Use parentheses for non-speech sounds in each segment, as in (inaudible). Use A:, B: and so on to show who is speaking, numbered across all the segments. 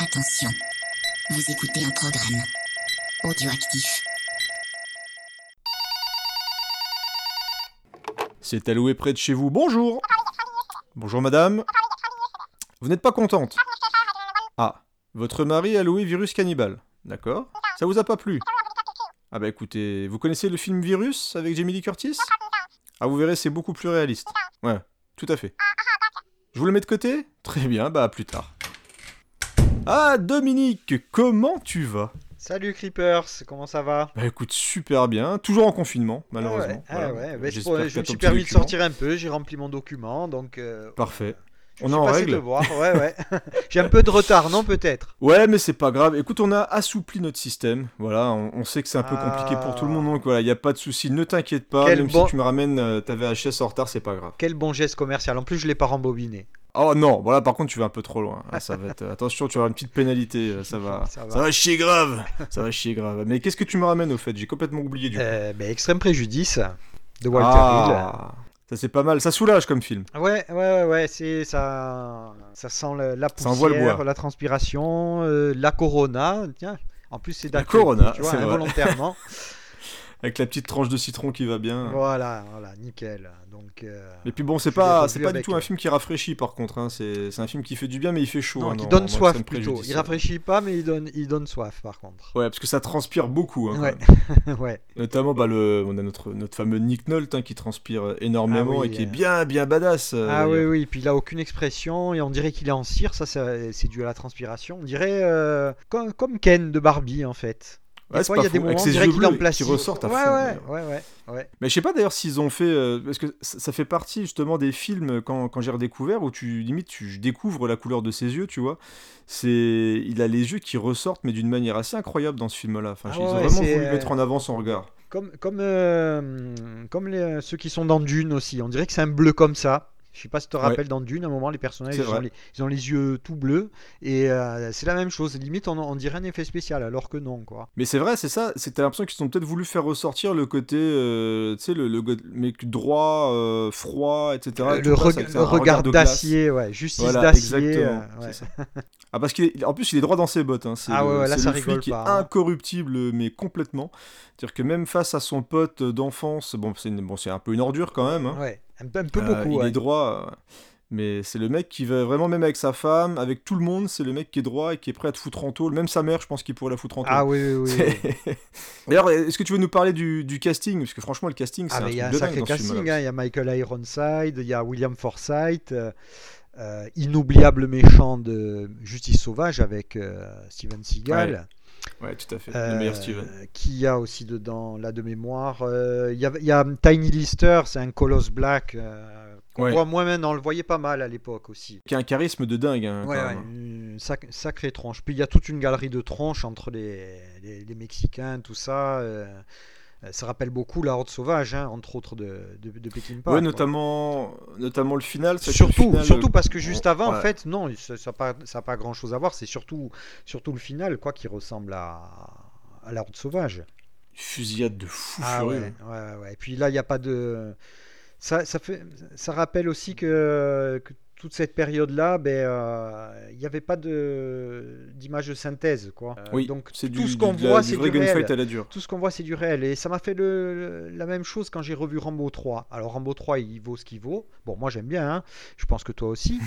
A: Attention, vous écoutez un programme audioactif.
B: C'est alloué près de chez vous. Bonjour Bonjour madame. Vous n'êtes pas contente Ah, votre mari a loué Virus Cannibal. D'accord. Ça vous a pas plu Ah bah écoutez, vous connaissez le film Virus avec Jamie Lee Curtis Ah vous verrez, c'est beaucoup plus réaliste. Ouais, tout à fait. Je vous le mets de côté Très bien, bah à plus tard. Ah Dominique, comment tu vas
C: Salut Creepers, comment ça va
B: Bah écoute, super bien. Toujours en confinement, malheureusement.
C: Ah ouais,
B: Voilà.
C: ah ouais, bah, c'est
B: J'espère
C: pour-
B: que
C: je me
B: ton
C: suis
B: petit
C: permis de
B: document-
C: sortir un peu, j'ai rempli mon document, donc euh,
B: Parfait.
C: je
B: On
C: suis
B: est en
C: passé
B: règle
C: te voir, ouais, ouais. (laughs) j'ai un peu de retard, non peut-être
B: Ouais, mais c'est pas grave. Écoute, on a assoupli notre système. Voilà, on, on sait que c'est un peu
C: Ah.
B: compliqué pour tout le monde, donc voilà, il n'y a pas de souci. Ne t'inquiète pas,
C: Quel
B: même
C: bon-
B: si tu me ramènes euh, ta VHS en retard, c'est pas grave.
C: Quel bon geste commercial, en plus je l'ai pas rembobiné.
B: Oh non, voilà, par contre, tu vas un peu trop loin. Ah, ça va être... Attention, tu vas avoir une petite pénalité. euh, Ça va...
C: Ça va.
B: ça va chier grave. ça va chier grave. Mais qu'est-ce que tu me ramènes au fait J'ai complètement oublié du.
C: Euh, bah, extrême préjudice de Walter
B: ah, ça c'est pas mal. Ça soulage comme film.
C: Hill. Ouais, ouais, ouais, ouais, c'est ça, ça sent le- la
B: Ça envoie le
C: poussière,
B: bois.
C: la transpiration, euh, la Corona, tiens. En plus c'est
B: La
C: d'actualité,
B: Corona,
C: tu vois,
B: c'est vrai. (laughs)
C: involontairement.
B: Avec la petite tranche de citron qui va bien.
C: voilà, voilà, nickel. Donc euh,
B: Et puis bon, c'est
C: Je l'ai
B: pas,
C: revu
B: c'est pas du
C: avec,
B: tout
C: euh,
B: un film qui rafraîchit par contre. hein. C'est c'est un film qui fait du bien, mais il fait chaud.
C: Non,
B: hein,
C: qui
B: dans-
C: donne
B: dans
C: soif
B: Extrême
C: plutôt.
B: Préjudice,
C: Il
B: ouais.
C: rafraîchit pas, mais il donne, il donne soif par contre.
B: Ouais, parce que ça transpire beaucoup. hein, quand
C: Ouais.
B: même.
C: (laughs) ouais.
B: Notamment, bah, le, on a notre, notre fameux Nick Nolte hein, qui transpire énormément
C: Ah oui,
B: et qui est
C: euh.
B: bien, bien badass. euh,
C: ah oui,
B: d'ailleurs.
C: oui. Puis il a aucune expression et on dirait qu'il est en cire. Ça, ça- c'est dû à la transpiration. On dirait euh, comme, comme Ken de Barbie en fait. Des
B: Ouais, c'est
C: fois,
B: pas
C: il y a des
B: faux,
C: moments
B: avec
C: on
B: ses
C: dirait
B: yeux
C: qu'il est en
B: bleus qui
C: plastique.
B: ressortent à
C: ouais,
B: fond,
C: Ouais,
B: d'ailleurs.
C: ouais, ouais, ouais.
B: Mais je sais pas d'ailleurs s'ils ont fait. euh, parce que ça, ça fait partie justement des films euh, quand, quand j'ai redécouvert où tu limite tu découvres la couleur de ses yeux, tu vois. C'est Il a les yeux qui ressortent, mais d'une manière assez incroyable dans ce film-là. Enfin,
C: Ah
B: ils ont
C: ouais,
B: vraiment
C: c'est,
B: voulu
C: euh,
B: mettre en avant son regard.
C: Comme comme euh, comme les- ceux qui sont dans Dune aussi. On dirait que c'est un bleu comme ça. Je sais pas si tu te
B: Ouais.
C: rappelles dans Dune, à un moment les personnages
B: C'est
C: ils ont
B: vrai.
C: les, ils ont les yeux tout bleus et euh, c'est la même chose. Limite on, on dirait un effet spécial alors que non quoi.
B: Mais c'est vrai, c'est ça. C'est t'as l'impression qu'ils ont peut-être voulu faire ressortir le côté, euh, tu sais, le, le go- mec droit, euh, froid, etc.
C: Euh,
B: Tu
C: le,
B: vois,
C: reg-
B: ça- c'est
C: le
B: un
C: regard
B: de glace.
C: d'acier, ouais, justice
B: Voilà,
C: d'acier.
B: exactement.
C: euh,
B: c'est
C: ouais.
B: ça. Ah parce qu'il est- en plus il est droit dans ses bottes. hein, C'est
C: Ah
B: le,
C: ouais, ouais, là,
B: c'est
C: ça
B: le
C: rigole
B: flic qui est
C: pas, hein.
B: incorruptible mais complètement. C'est-à-dire que même face à son pote d'enfance, bon c'est une- bon, c'est un peu une ordure quand même. hein.
C: Ouais, un peu, un peu
B: Euh,
C: beaucoup.
B: il
C: ouais.
B: est droit. euh, Mais c'est le mec qui va vraiment, même avec sa femme, avec tout le monde, c'est le mec qui est droit et qui est prêt à te foutre en tôle. Même sa mère, je pense qu'il pourrait la foutre en tôle.
C: Ah oui, oui, oui. oui.
B: (laughs) C'est- D'ailleurs, est-ce que tu veux nous parler du, du casting Parce que franchement, le casting, c'est
C: Ah,
B: un
C: mais il y
B: truc
C: a un
B: de dingue
C: sacré
B: dans ce
C: casting.
B: film-là.
C: hein. Il y a Michael Ironside, il y a William Forsythe, euh, euh, inoubliable méchant de Justice Sauvage avec euh, Steven Seagal.
B: Ouais, tout à fait.
C: euh,
B: le meilleur Steven.
C: Qui y a aussi dedans, là de mémoire euh, Il y, a, il y a Tiny Lister, c'est un colosse black. euh, qu'on
B: Ouais.
C: voit Moi maintenant, on le voyait pas mal à l'époque aussi.
B: Qui a un charisme de dingue. hein,
C: Ouais,
B: quand
C: ouais,
B: même.
C: une sac- sacrée tronche. Puis il y a toute une galerie de tronches entre les, les- les Mexicains, tout ça. euh, euh, ça rappelle beaucoup la Horde sauvage, hein, entre autres de, de, de Peckinpah,
B: Ouais,
C: quoi.
B: notamment, notamment le final. c'est que le
C: Surtout,
B: final,
C: surtout
B: euh,
C: parce que juste
B: on-
C: avant, en
B: ouais.
C: fait, non, ça n'a pas, ça a pas grand chose à voir. C'est surtout, surtout le final, quoi, qui ressemble à, à la Horde sauvage.
B: euh, Fusillade de fou
C: Ah ouais,
B: furieux.
C: ouais, ouais, ouais. Et puis là, il n'y a pas de. Ça, ça, fait... ça rappelle aussi que, que toute cette période-là, ben, euh, il n'y avait pas de... d'image de synthèse. Quoi. Euh,
B: Oui,
C: donc
B: c'est
C: tout
B: du-
C: ce qu'on
B: du- de la-
C: voit,
B: du
C: c'est
B: vrai
C: du réel.
B: gunfight à la dure. (laughs)
C: Tout ce qu'on voit, c'est du réel. Et ça m'a fait le... la même chose quand j'ai revu Rambo 3. Alors, Rambo 3, il vaut ce qu'il vaut. Bon, moi, j'aime bien. hein. Je pense que toi aussi.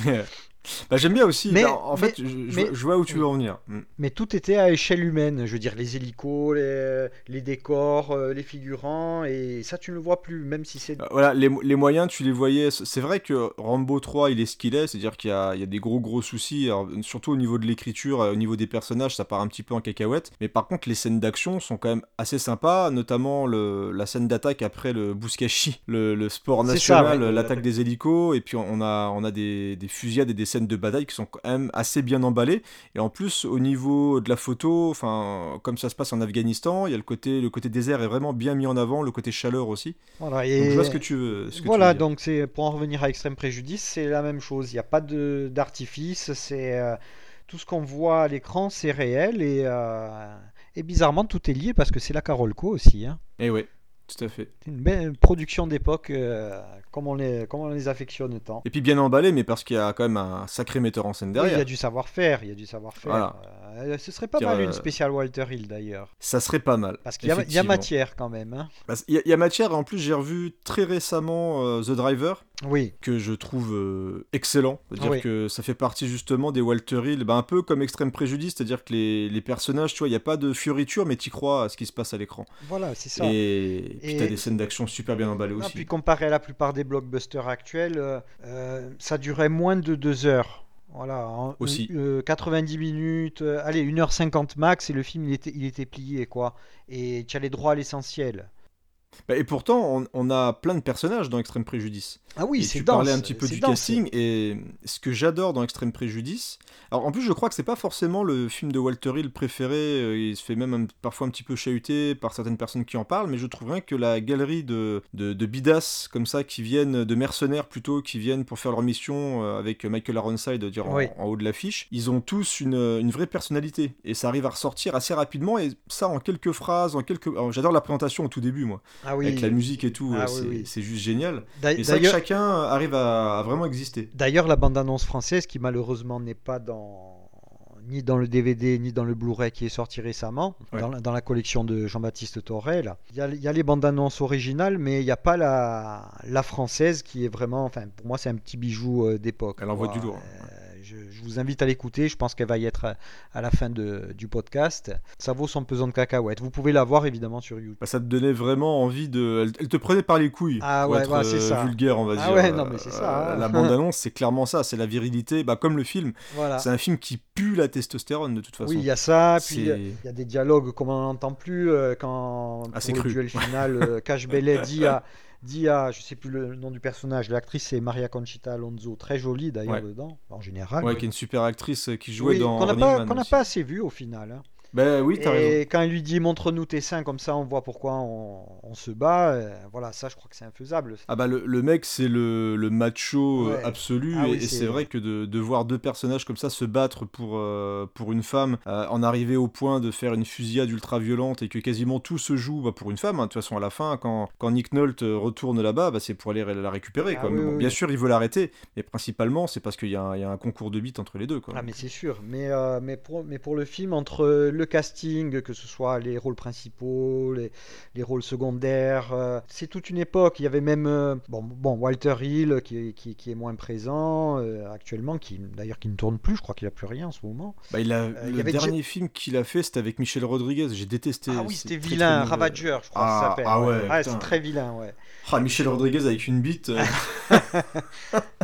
B: bah, j'aime bien aussi.
C: Mais-
B: bah, en
C: mais-
B: fait, je, je
C: mais-
B: vois- je vois où tu
C: oui.
B: veux en venir. Mm.
C: Mais tout était à échelle humaine, je veux dire les hélicos, les, les décors, euh, les figurants, et ça tu ne le vois plus, même si c'est...
B: Euh, Voilà, les, mo- les moyens, tu les voyais. C- C'est vrai que Rambo 3, il est ce qu'il est, c'est-à-dire qu'il y, a il y a des gros gros soucis, alors, surtout au niveau de l'écriture, euh, au niveau des personnages, ça part un petit peu en cacahuète. Mais par contre, les scènes d'action sont quand même assez sympas, notamment le, la scène d'attaque après le Bouskashi, le, le sport
C: C'est
B: national,
C: ça, ouais.
B: l'attaque des hélicos, et puis on a, on a des, des fusillades et des scènes de bataille qui sont quand même assez bien emballées. Et en plus, au niveau de la photo, enfin, comme ça se passe en Afghanistan, il y a le côté, le côté désert est vraiment bien mis en avant, le côté chaleur aussi.
C: Voilà,
B: Donc,
C: et...
B: je vois ce que tu veux. ce que tu
C: voilà,
B: veux dire.
C: donc c'est pour en revenir à Extrême Préjudice, c'est la même chose, il n'y a pas de- d'artifice, c'est... euh, tout ce qu'on voit à l'écran, c'est réel, et, euh, et bizarrement tout est lié parce que c'est la Carolco aussi. hein.
B: Eh ouais. Tout à fait.
C: C'est une belle production d'époque, euh, comme, on les, comme on les affectionne tant.
B: Et puis bien emballé, mais parce qu'il y a quand même un sacré metteur en scène
C: Oui, il
B: derrière.
C: y a du savoir-faire, il y a du savoir-faire.
B: Voilà.
C: Euh, ce serait pas
B: Dire,
C: mal
B: euh,
C: une spéciale Walter Hill d'ailleurs.
B: Ça serait pas mal.
C: Parce qu'il y a- il y, a
B: effectivement.
C: matière quand même. hein.
B: Bah, Il y, a- il y a matière. En plus, j'ai revu très récemment euh, The Driver,
C: Oui,
B: que je trouve euh, excellent. C'est-à-dire
C: Oui.
B: que ça fait partie justement des Walter Hill, bah, un peu comme Extrême Préjudice, c'est-à-dire que les, les personnages, tu vois, il n'y a pas de fioriture, mais tu crois à ce qui se passe à l'écran.
C: voilà, c'est ça.
B: Et, et puis
C: Et-
B: t'as des scènes d'action super bien emballées
C: Non,
B: aussi.
C: Ah, puis comparé à la plupart des blockbusters actuels, euh, euh, ça durait moins de deux heures. Voilà, en-
B: Aussi.
C: euh, 90 minutes, euh, allez, 1h50 max, et le film il était, il était plié, quoi. Et tu allais droit à l'essentiel.
B: Bah, et pourtant, on, on a plein de personnages dans Extrême Préjudice.
C: Ah oui,
B: et
C: c'est
B: tu
C: dense.
B: parlais un petit peu
C: c'est
B: du
C: dense.
B: casting, et ce que j'adore dans Extrême Préjudice. Alors, en plus, je crois que c'est pas forcément le film de Walter Hill préféré. euh, Il se fait même un- parfois un petit peu chahuter par certaines personnes qui en parlent, mais je trouve rien que la galerie de, de, de bidasses comme ça, qui viennent, de mercenaires plutôt, qui viennent pour faire leur mission euh, avec Michael Aronside dire, en,
C: Oui.
B: en haut de l'affiche, ils ont tous une, une vraie personnalité. Et ça arrive à ressortir assez rapidement, et ça en quelques phrases, en quelques. alors, J'adore la présentation au tout début, moi
C: Ah oui.
B: avec la musique et tout, euh,
C: Ah oui,
B: c'est
C: oui.
B: c'est juste génial.
C: D'a-
B: Et ça, que
C: D'ailleurs,
B: chacun euh, arrive à, à vraiment exister.
C: D'ailleurs, la bande-annonce française, qui malheureusement n'est pas dans ni dans le DVD ni dans le Blu-ray qui est sorti récemment,
B: Ouais.
C: dans, la, dans la collection de Jean-Baptiste Toré, là. Il y a, il y a les bandes-annonces originales, mais il n'y a pas la, la française qui est vraiment, enfin pour moi c'est un petit bijou euh, d'époque.
B: Elle envoie
C: quoi.
B: du lourd.
C: Euh, je, je vous invite à l'écouter, je pense qu'elle va y être à, à la fin de- du podcast. Ça vaut son pesant de cacahuètes. Vous pouvez la voir évidemment sur YouTube.
B: Bah, ça te donnait vraiment envie de. Elle, elle te prenait par les couilles.
C: Ah
B: pour
C: ouais,
B: être,
C: voilà, c'est
B: euh,
C: ça.
B: vulgaire, on va
C: Ah
B: dire.
C: ouais, non, mais c'est ça,
B: euh,
C: hein.
B: La bande-annonce, c'est clairement ça. C'est la virilité. Bah, comme le film.
C: Voilà.
B: C'est un film qui pue la testostérone, de toute façon.
C: Ah. Oui, il y a ça. Puis, euh,
B: C'est-
C: Il y a des dialogues comme on n'entend plus euh, quand
B: Ah, c'est
C: pour
B: cru.
C: le duel final,
B: (laughs)
C: euh, Cash Bellet dit à, dit à, je sais plus le nom du personnage, l'actrice c'est Maria Conchita Alonso, très jolie d'ailleurs
B: Ouais.
C: dedans, en général.
B: Ouais, qui est une super actrice euh, qui jouait
C: Oui,
B: dans.
C: qu'on n'a
B: Running
C: pas,
B: Man
C: qu'on n'a
B: aussi.
C: pas assez vu au final. hein.
B: Bah oui, t'as raison.
C: Et quand il lui dit montre-nous tes seins, comme ça on voit pourquoi on, on se bat, euh, voilà, ça je crois que c'est infaisable.
B: Ah bah le, le mec c'est le, le macho euh,
C: Ouais.
B: absolu
C: Ah
B: et,
C: oui,
B: et
C: c'est-
B: c'est vrai que de, de voir deux personnages comme ça se battre pour, euh, pour une femme, euh, en arriver au point de faire une fusillade ultra violente et que quasiment tout se joue bah, pour une femme, hein. de toute façon à la fin quand, quand Nick Nolte euh, retourne là-bas bah, c'est pour aller la- la récupérer.
C: Ah
B: quoi.
C: oui,
B: Mais bon,
C: oui,
B: bien
C: oui.
B: sûr il veut l'arrêter mais principalement c'est parce qu'il y, a un- il y a un concours de bites entre les deux. Quoi.
C: Ah mais c'est sûr, mais, euh, mais, pour, mais pour le film, entre le casting, que ce soit les rôles principaux, les, les rôles secondaires, euh, c'est toute une époque. Il y avait même euh, bon, bon, Walter Hill qui, est- qui, qui est moins présent euh, actuellement, qui d'ailleurs qui ne tourne plus, je crois qu'il n'a plus rien en ce moment.
B: Bah, il a,
C: euh, il y
B: le
C: avait
B: dernier film qu'il a fait c'était avec Michel Rodriguez, j'ai détesté.
C: Ah oui,
B: c'est
C: c'était
B: très, très
C: vilain,
B: nul.
C: Ravageur, je crois que
B: Ah,
C: ça s'appelle.
B: ah ouais,
C: c'est
B: putain.
C: très vilain, ouais.
B: Ah Michel Rodriguez avec une bite,
C: (laughs)
B: euh,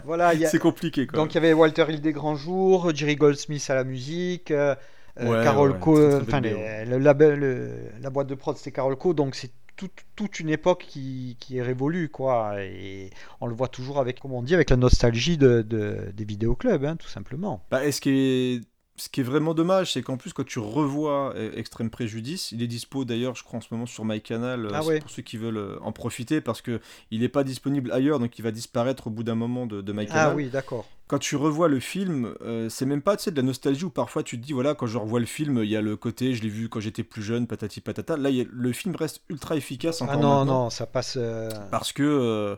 C: Voilà, Ah, il y
B: (laughs)
C: a-
B: c'est compliqué quoi.
C: donc il y avait Walter Hill des grands jours, Jerry Goldsmith à la musique. euh, euh,
B: Ouais,
C: Carole
B: ouais,
C: Co,
B: très, très
C: enfin
B: belle
C: les- le label, le- la boîte de prod c'était Carole Co, donc c'est tout- toute une époque qui, qui est révolue quoi, et on le voit toujours avec, comment on dit, avec la nostalgie de, de- des vidéoclubs, hein, tout simplement.
B: Bah, et ce qui est... Ce qui est vraiment dommage, c'est qu'en plus, quand tu revois euh, Extrême Préjudice, il est dispo d'ailleurs, je crois, en ce moment sur MyCanal, euh,
C: Ah
B: c'est
C: ouais.
B: pour ceux qui veulent euh, en profiter, parce que il n'est pas disponible ailleurs, donc il va disparaître au bout d'un moment de, de MyCanal.
C: Ah oui, d'accord.
B: Quand tu revois le film, euh, c'est même pas tu sais, de la nostalgie où parfois tu te dis, voilà, quand je revois le film, il y a le côté, je l'ai vu quand j'étais plus jeune, patati patata. Là, il y a- le film reste ultra efficace encore
C: Ah non,
B: maintenant
C: non, ça passe. euh,
B: parce que euh,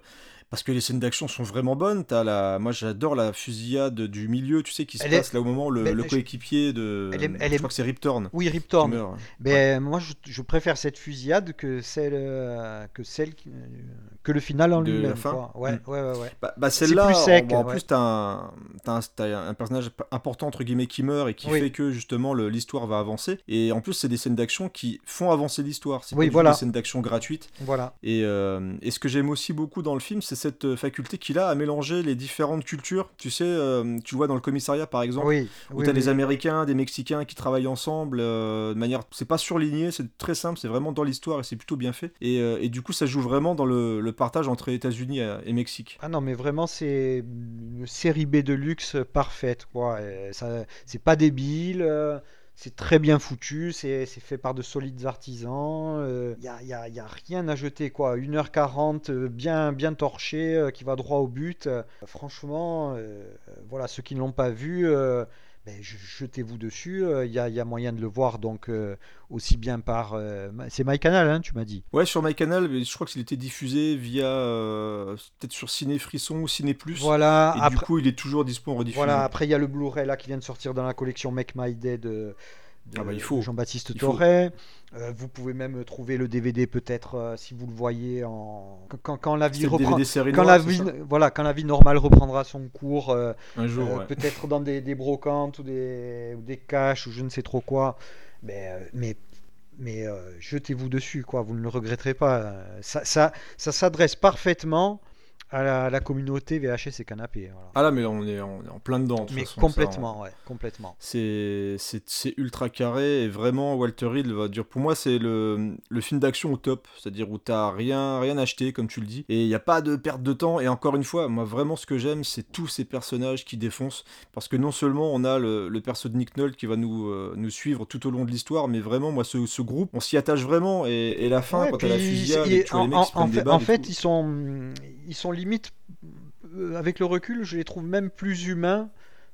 B: parce que les scènes d'action sont vraiment bonnes. T'as la, moi j'adore la fusillade du milieu, tu sais qui se
C: Elle est-
B: passe là au moment où le,
C: Mais-
B: le
C: je-
B: coéquipier de,
C: Elle est- elle
B: je
C: est-
B: crois que c'est Rip Torn
C: Oui, Rip
B: qui
C: Torn.
B: meurt.
C: Ben, moi, je, je préfère cette fusillade que celle, euh, que, celle qui- euh, que le final en
B: De la
C: lui-même.
B: fin
C: quoi. Ouais,
B: Mm.
C: ouais, ouais, ouais.
B: Bah, bah, celle-là,
C: plus sec,
B: en, en
C: ouais.
B: plus t'as un, t'as un, t'as un personnage important entre guillemets qui meurt et qui
C: Oui.
B: fait que justement le- l'histoire va avancer. Et en plus c'est des scènes d'action qui font avancer l'histoire. C'est
C: Oui,
B: pas du tout
C: voilà.
B: des scènes d'action gratuites.
C: Voilà.
B: Et, euh, et ce que j'aime aussi beaucoup dans le film, c'est cette euh, faculté qu'il a à mélanger les différentes cultures. Tu sais, euh, tu le vois dans le commissariat par exemple,
C: Oui,
B: où
C: oui,
B: t'as
C: oui.
B: des Américains, des Mexicains qui travaillent ensemble euh, de manière. C'est pas surligné, c'est très simple, c'est vraiment dans l'histoire et c'est plutôt bien fait. Et, euh, et du coup, ça joue vraiment dans le, le partage entre États-Unis euh, et Mexique.
C: Ah non, mais vraiment, c'est une série B de luxe parfaite, quoi. Euh, ça- C'est pas débile, euh, c'est très bien foutu, c'est c'est fait par de solides artisans. Il n'y a, y a- y a rien à jeter, quoi. 1h40, euh, bien, bien torché, euh, qui va droit au but. Euh, franchement, euh, voilà, ceux qui ne l'ont pas vu, euh, ben, je- jetez-vous dessus. Il y, a, y a moyen de le voir donc euh, aussi bien par. euh, ma- c'est MyCanal, hein, tu m'as dit.
B: Ouais, sur MyCanal, mais je crois qu'il était diffusé via. euh, peut-être sur Ciné Frisson ou Ciné Plus.
C: Voilà.
B: Et
C: Après,
B: du coup, il est toujours dispo en rediffusion.
C: voilà. Après, il y a le Blu-ray là qui vient de sortir dans la collection Make My Day de. de
B: Ah bah, il faut.
C: Jean-Baptiste
B: Il faut.
C: Torret. Euh, vous pouvez même trouver le DVD peut-être euh, si vous le voyez en quand- quand, quand la
B: C'est
C: vie
B: le
C: reprend.
B: DVD série
C: Quand la,
B: noire, c'est
C: vie,
B: ça
C: voilà, quand la vie normale reprendra son cours, euh,
B: Un jour,
C: Euh,
B: ouais.
C: peut-être dans des, des brocantes ou des, ou des caches ou je ne sais trop quoi. Mais, euh, mais, mais euh, jetez-vous dessus, quoi. Vous ne le regretterez pas. Euh, Ça, ça, ça s'adresse parfaitement à la, la communauté VHS et canapé. voilà.
B: Ah là, mais on est en, on est en plein dedans. de toute
C: mais
B: façon, ça, on-
C: complètement, ouais, complètement.
B: C'est c'est- c'est ultra carré et vraiment Walter Hill va dire pour moi c'est le, le film d'action au top, c'est-à-dire où t'as rien rien acheté comme tu le dis et il n'y a pas de perte de temps et encore une fois moi vraiment ce que j'aime c'est tous ces personnages qui défoncent parce que non seulement on a le, le perso de Nick Nolte qui va nous, euh, nous suivre tout au long de l'histoire mais vraiment moi ce, ce groupe on s'y attache vraiment et, et la fin
C: Ouais,
B: quand
C: puis
B: t'as la
C: ils-
B: fusillade
C: ils-
B: et que tu vois
C: en,
B: les mecs qui se
C: en
B: prennent des
C: fait,
B: balles
C: en
B: et
C: fait,
B: tout.
C: ils sont, ils sont limite, euh, avec le recul, je les trouve même plus humains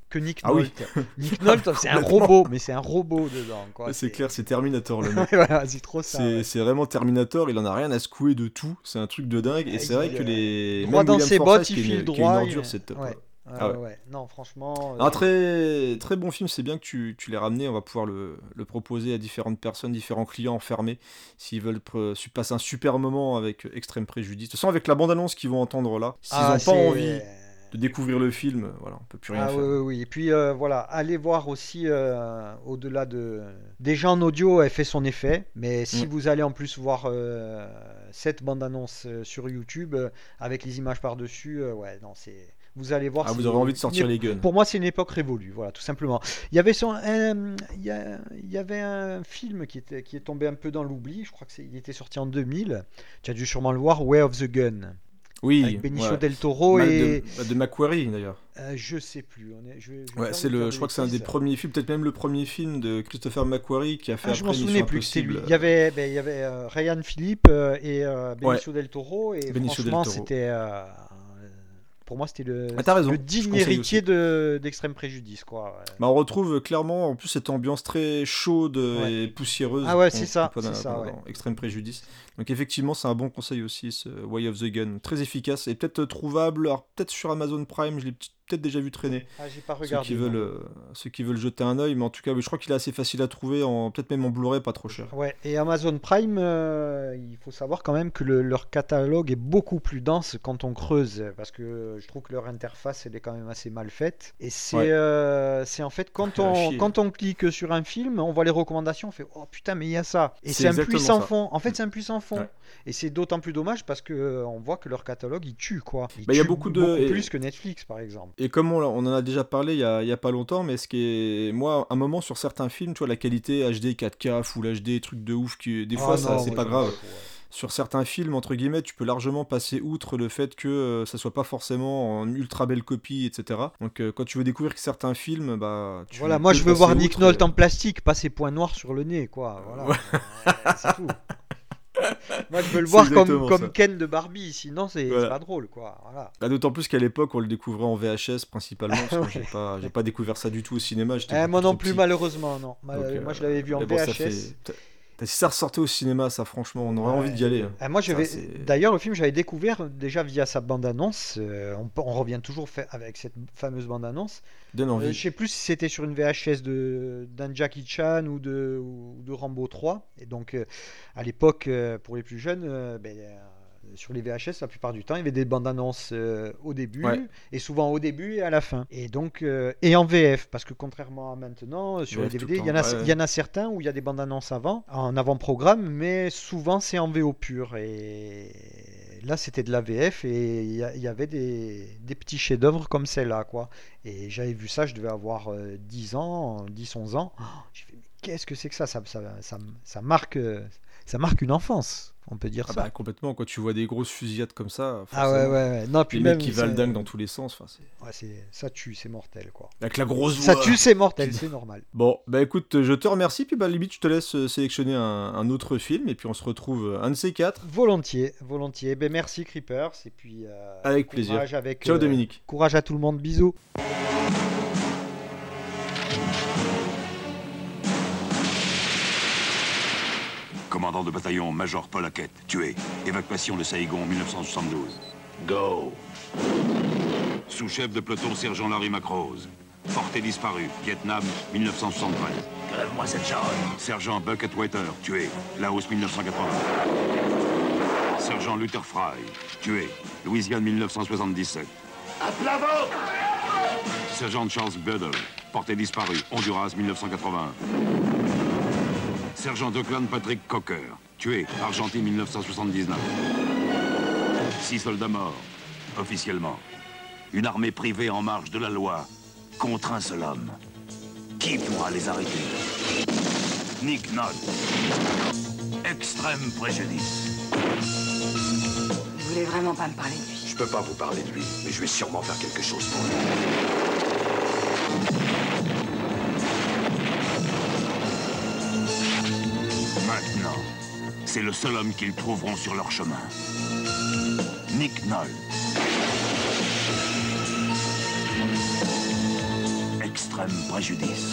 C: que Nick
B: Ah (laughs) oui.
C: Nolte. Nick Nolte, c'est un
B: Complètement.
C: robot, mais c'est un robot dedans.
B: (laughs)
C: quoi.
B: c'est
C: (laughs)
B: clair c'est Terminator le mec.
C: Voilà, c'est trop ça.
B: C'est
C: ouais.
B: c'est vraiment Terminator, il en a rien à secouer de tout, c'est un truc de dingue, et
C: Ah,
B: c'est vrai
C: il,
B: que
C: euh,
B: les.
C: droit dans
B: William
C: ses
B: Forsythe,
C: bottes, il
B: qui est
C: file
B: une- qui est
C: droit,
B: Une ordure,
C: il-
B: c'est top.
C: ouais.
B: ouais.
C: Ah
B: Ah
C: ouais,
B: ouais.
C: ouais. Non, franchement. euh,
B: Un très, très bon film, c'est bien que tu, tu l'aies ramené, on va pouvoir le, le proposer à différentes personnes, différents clients enfermés, s'ils veulent pre- su- passer un super moment avec Extrême Préjudice. De toute façon, avec la bande-annonce qu'ils vont entendre là, s'ils
C: ah,
B: n'ont pas
C: c'est-
B: envie de découvrir le film, voilà, on peut plus rien
C: Ah
B: faire.
C: oui, oui, oui. Et puis euh, voilà, allez voir aussi euh, au-delà de déjà en audio, elle fait son effet, mais si
B: Mm.
C: vous allez en plus voir euh, cette bande-annonce euh, sur YouTube euh, avec les images par-dessus, euh, ouais, non, c'est vous allez voir.
B: Ah, vous
C: c'est-
B: aurez envie de sortir les guns.
C: Pour moi, c'est une époque révolue, voilà, tout simplement. Il y avait, son, un- il y a- il y avait un film qui, était, qui est tombé un peu dans l'oubli, je crois que c'est- il était sorti en 2000, tu as dû sûrement le voir, Way of the Gun,
B: Oui,
C: avec Benicio
B: ouais.
C: del Toro
B: Mal
C: et...
B: de, de Macquarie d'ailleurs.
C: euh, je sais plus, on est- je, vais- je vais
B: Ouais,
C: pas
B: c'est
C: vous dire
B: le,
C: de
B: je crois que c'est un des
C: bêtises.
B: premiers films, peut-être même le premier film de Christopher McQuarrie qui a fait
C: Ah,
B: après
C: je m'en
B: Mission
C: souvenais plus, c'est lui.
B: Impossible.
C: Il y avait, ben, il y avait euh, Ryan Philippe euh, et euh, Benicio del Toro, et
B: Benicio del
C: franchement,
B: Toro.
C: c'était... euh, pour moi, c'était le,
B: Ah, t'as raison.
C: le
B: je
C: digne
B: conseille
C: héritier
B: aussi.
C: de- d'Extrême Préjudice, quoi. ouais.
B: Bah, on retrouve clairement en plus cette ambiance très chaude euh,
C: Ouais.
B: et poussiéreuse.
C: Ah ouais,
B: qu'on-
C: c'est ça,
B: qu'on peut
C: c'est
B: dans-
C: ça,
B: dans-
C: ouais.
B: dans Extrême préjudice. Donc effectivement, c'est un bon conseil aussi, ce Way of the Gun, très efficace et peut-être euh, trouvable. Alors peut-être sur Amazon Prime, je l'ai peut-être déjà vu traîner.
C: Ah, j'ai pas
B: Ceux
C: regardé.
B: qui, veulent,
C: non.
B: euh, ceux qui veulent jeter un œil, mais en tout cas, oui, je crois qu'il est assez facile à trouver, en peut-être même en Blu-ray, pas trop cher.
C: Ouais, et Amazon Prime, euh, il faut savoir quand même que le- leur catalogue est beaucoup plus dense quand on creuse, parce que je trouve que leur interface, elle est quand même assez mal faite. Et c'est
B: Ouais.
C: euh, c'est en fait quand
B: Elle a
C: on,
B: chié.
C: quand on clique sur un film, on voit les recommandations, on fait Oh putain, mais il y a ça. Et
B: C'est
C: c'est un
B: exactement
C: puissant
B: ça.
C: fond. En fait, c'est un puissant fond.
B: Ouais.
C: Et c'est d'autant plus dommage parce que euh, on voit que leur catalogue, il tue quoi. Il
B: Bah, il y a
C: tue
B: beaucoup de-
C: beaucoup
B: et-
C: plus que Netflix par exemple.
B: Et comme on, l'a- on en a déjà parlé il y a, il y a pas longtemps, mais ce qui est. Moi, un moment sur certains films, tu vois, la qualité HD, 4K, Full HD, trucs de ouf, qui, des fois,
C: Ah
B: ça,
C: non,
B: c'est
C: ouais,
B: pas
C: je-
B: grave.
C: ouais.
B: Sur certains films, entre guillemets, tu peux largement passer outre le fait que euh, ça soit pas forcément en ultra belle copie, etc. Donc, euh, quand tu veux découvrir que certains films, bah. tu
C: Voilà,
B: peux
C: moi je veux
B: passer
C: voir Nick
B: outre,
C: Nolte
B: euh,
C: en plastique, pas ses points noirs sur le nez, quoi. Voilà.
B: Ouais.
C: Euh, c'est tout. moi je veux le
B: (laughs) C'est
C: voir comme,
B: exactement ça.
C: comme Ken de Barbie, sinon c'est
B: Voilà.
C: c'est pas drôle, quoi. Voilà.
B: bah, D'autant plus qu'à l'époque, on le découvrait en VHS
C: (laughs)
B: principalement, parce que
C: Ouais.
B: j'ai pas, j'ai pas découvert ça du tout au cinéma. j'étais
C: Eh,
B: beaucoup
C: moi non
B: trop
C: plus,
B: petit.
C: malheureusement, non. Mal-
B: Donc, euh,
C: moi je l'avais vu en
B: Mais bon, ça
C: VHS.
B: fait- t'as- t'as- Si ça ressortait au cinéma, ça, franchement, on aurait
C: Ouais.
B: envie d'y aller. hein.
C: Eh, moi, je
B: Ça,
C: vais...
B: c'est-
C: D'ailleurs, le film, j'avais découvert euh, déjà via sa bande-annonce. euh, on, peut- on revient toujours fa- avec cette fameuse bande-annonce.
B: Donne envie.
C: Euh, je sais plus si c'était sur une VHS de d'un Jackie Chan ou de ou de Rambo 3. Et donc euh, à l'époque, euh, pour les plus jeunes, euh, ben, euh, sur les VHS, la plupart du temps, il y avait des bandes annonces euh, au début
B: Ouais.
C: et souvent au début et à la fin. Et donc euh, et en VF, parce que contrairement à maintenant euh, sur les
B: VF tout
C: DVD,
B: le
C: il y en a
B: temps, ouais.
C: il y en a certains où il y a des bandes annonces avant, en avant-programme, mais souvent c'est en VO pur et Là, c'était de la VF et il y, a- il y avait des, des petits chefs-d'œuvre comme celle-là, quoi. Et j'avais vu ça, je devais avoir euh, 10 ans, 10-11 ans. Oh, j'ai fait, mais qu'est-ce que c'est que ça ça, ça, ça- ça marque, euh, ça marque une enfance, on peut dire
B: Ah
C: ça.
B: bah, complètement, quand tu vois des grosses fusillades comme ça,
C: ah ouais, ouais,
B: forcément,
C: ouais. Non, puis
B: les
C: même,
B: mecs qui valent dingue dans tous les sens, enfin, c'est-
C: Ouais, c'est- ça tue, c'est mortel, quoi.
B: avec la grosse voix.
C: Ça tue, c'est mortel,
B: Qui-
C: c'est normal.
B: Bon, bah écoute, je te remercie, puis bah limite, je te laisse euh, sélectionner un, un autre film, et puis on se retrouve euh, un de ces quatre.
C: Volontiers, volontiers. Ben, merci, Creepers. Et puis, euh,
B: Avec plaisir.
C: courage avec,
B: Ciao
C: euh,
B: Dominique.
C: Courage à tout le monde, bisous.
D: commandant de bataillon, Major Paul Hackett, tué. Évacuation de Saïgon 1972.
E: Go.
D: Sous-chef de peloton, sergent Larry Macrose. Forté disparu, Vietnam 1973.
E: Crève-moi cette charogne.
D: Sergent Bucket Waiter, tué. Laos 1980. Sergent Luther Fry, tué. Louisiane 1977.
E: À plat ventre.
D: Sergent Charles Biddle, porté disparu, Honduras 1981. Sergent Declan Patrick Cocker, tué, Argentine 1979. Six soldats morts, officiellement.
E: Une armée privée en marge de la loi contre un seul homme. Qui pourra les arrêter Nick Nod. Extrême préjudice.
F: Vous voulez vraiment pas me parler de lui
E: Je peux pas vous parler de lui, mais je vais sûrement faire quelque chose pour lui.
D: Maintenant, c'est le seul homme qu'ils trouveront sur leur chemin. Nick Noll.
E: Extrême préjudice.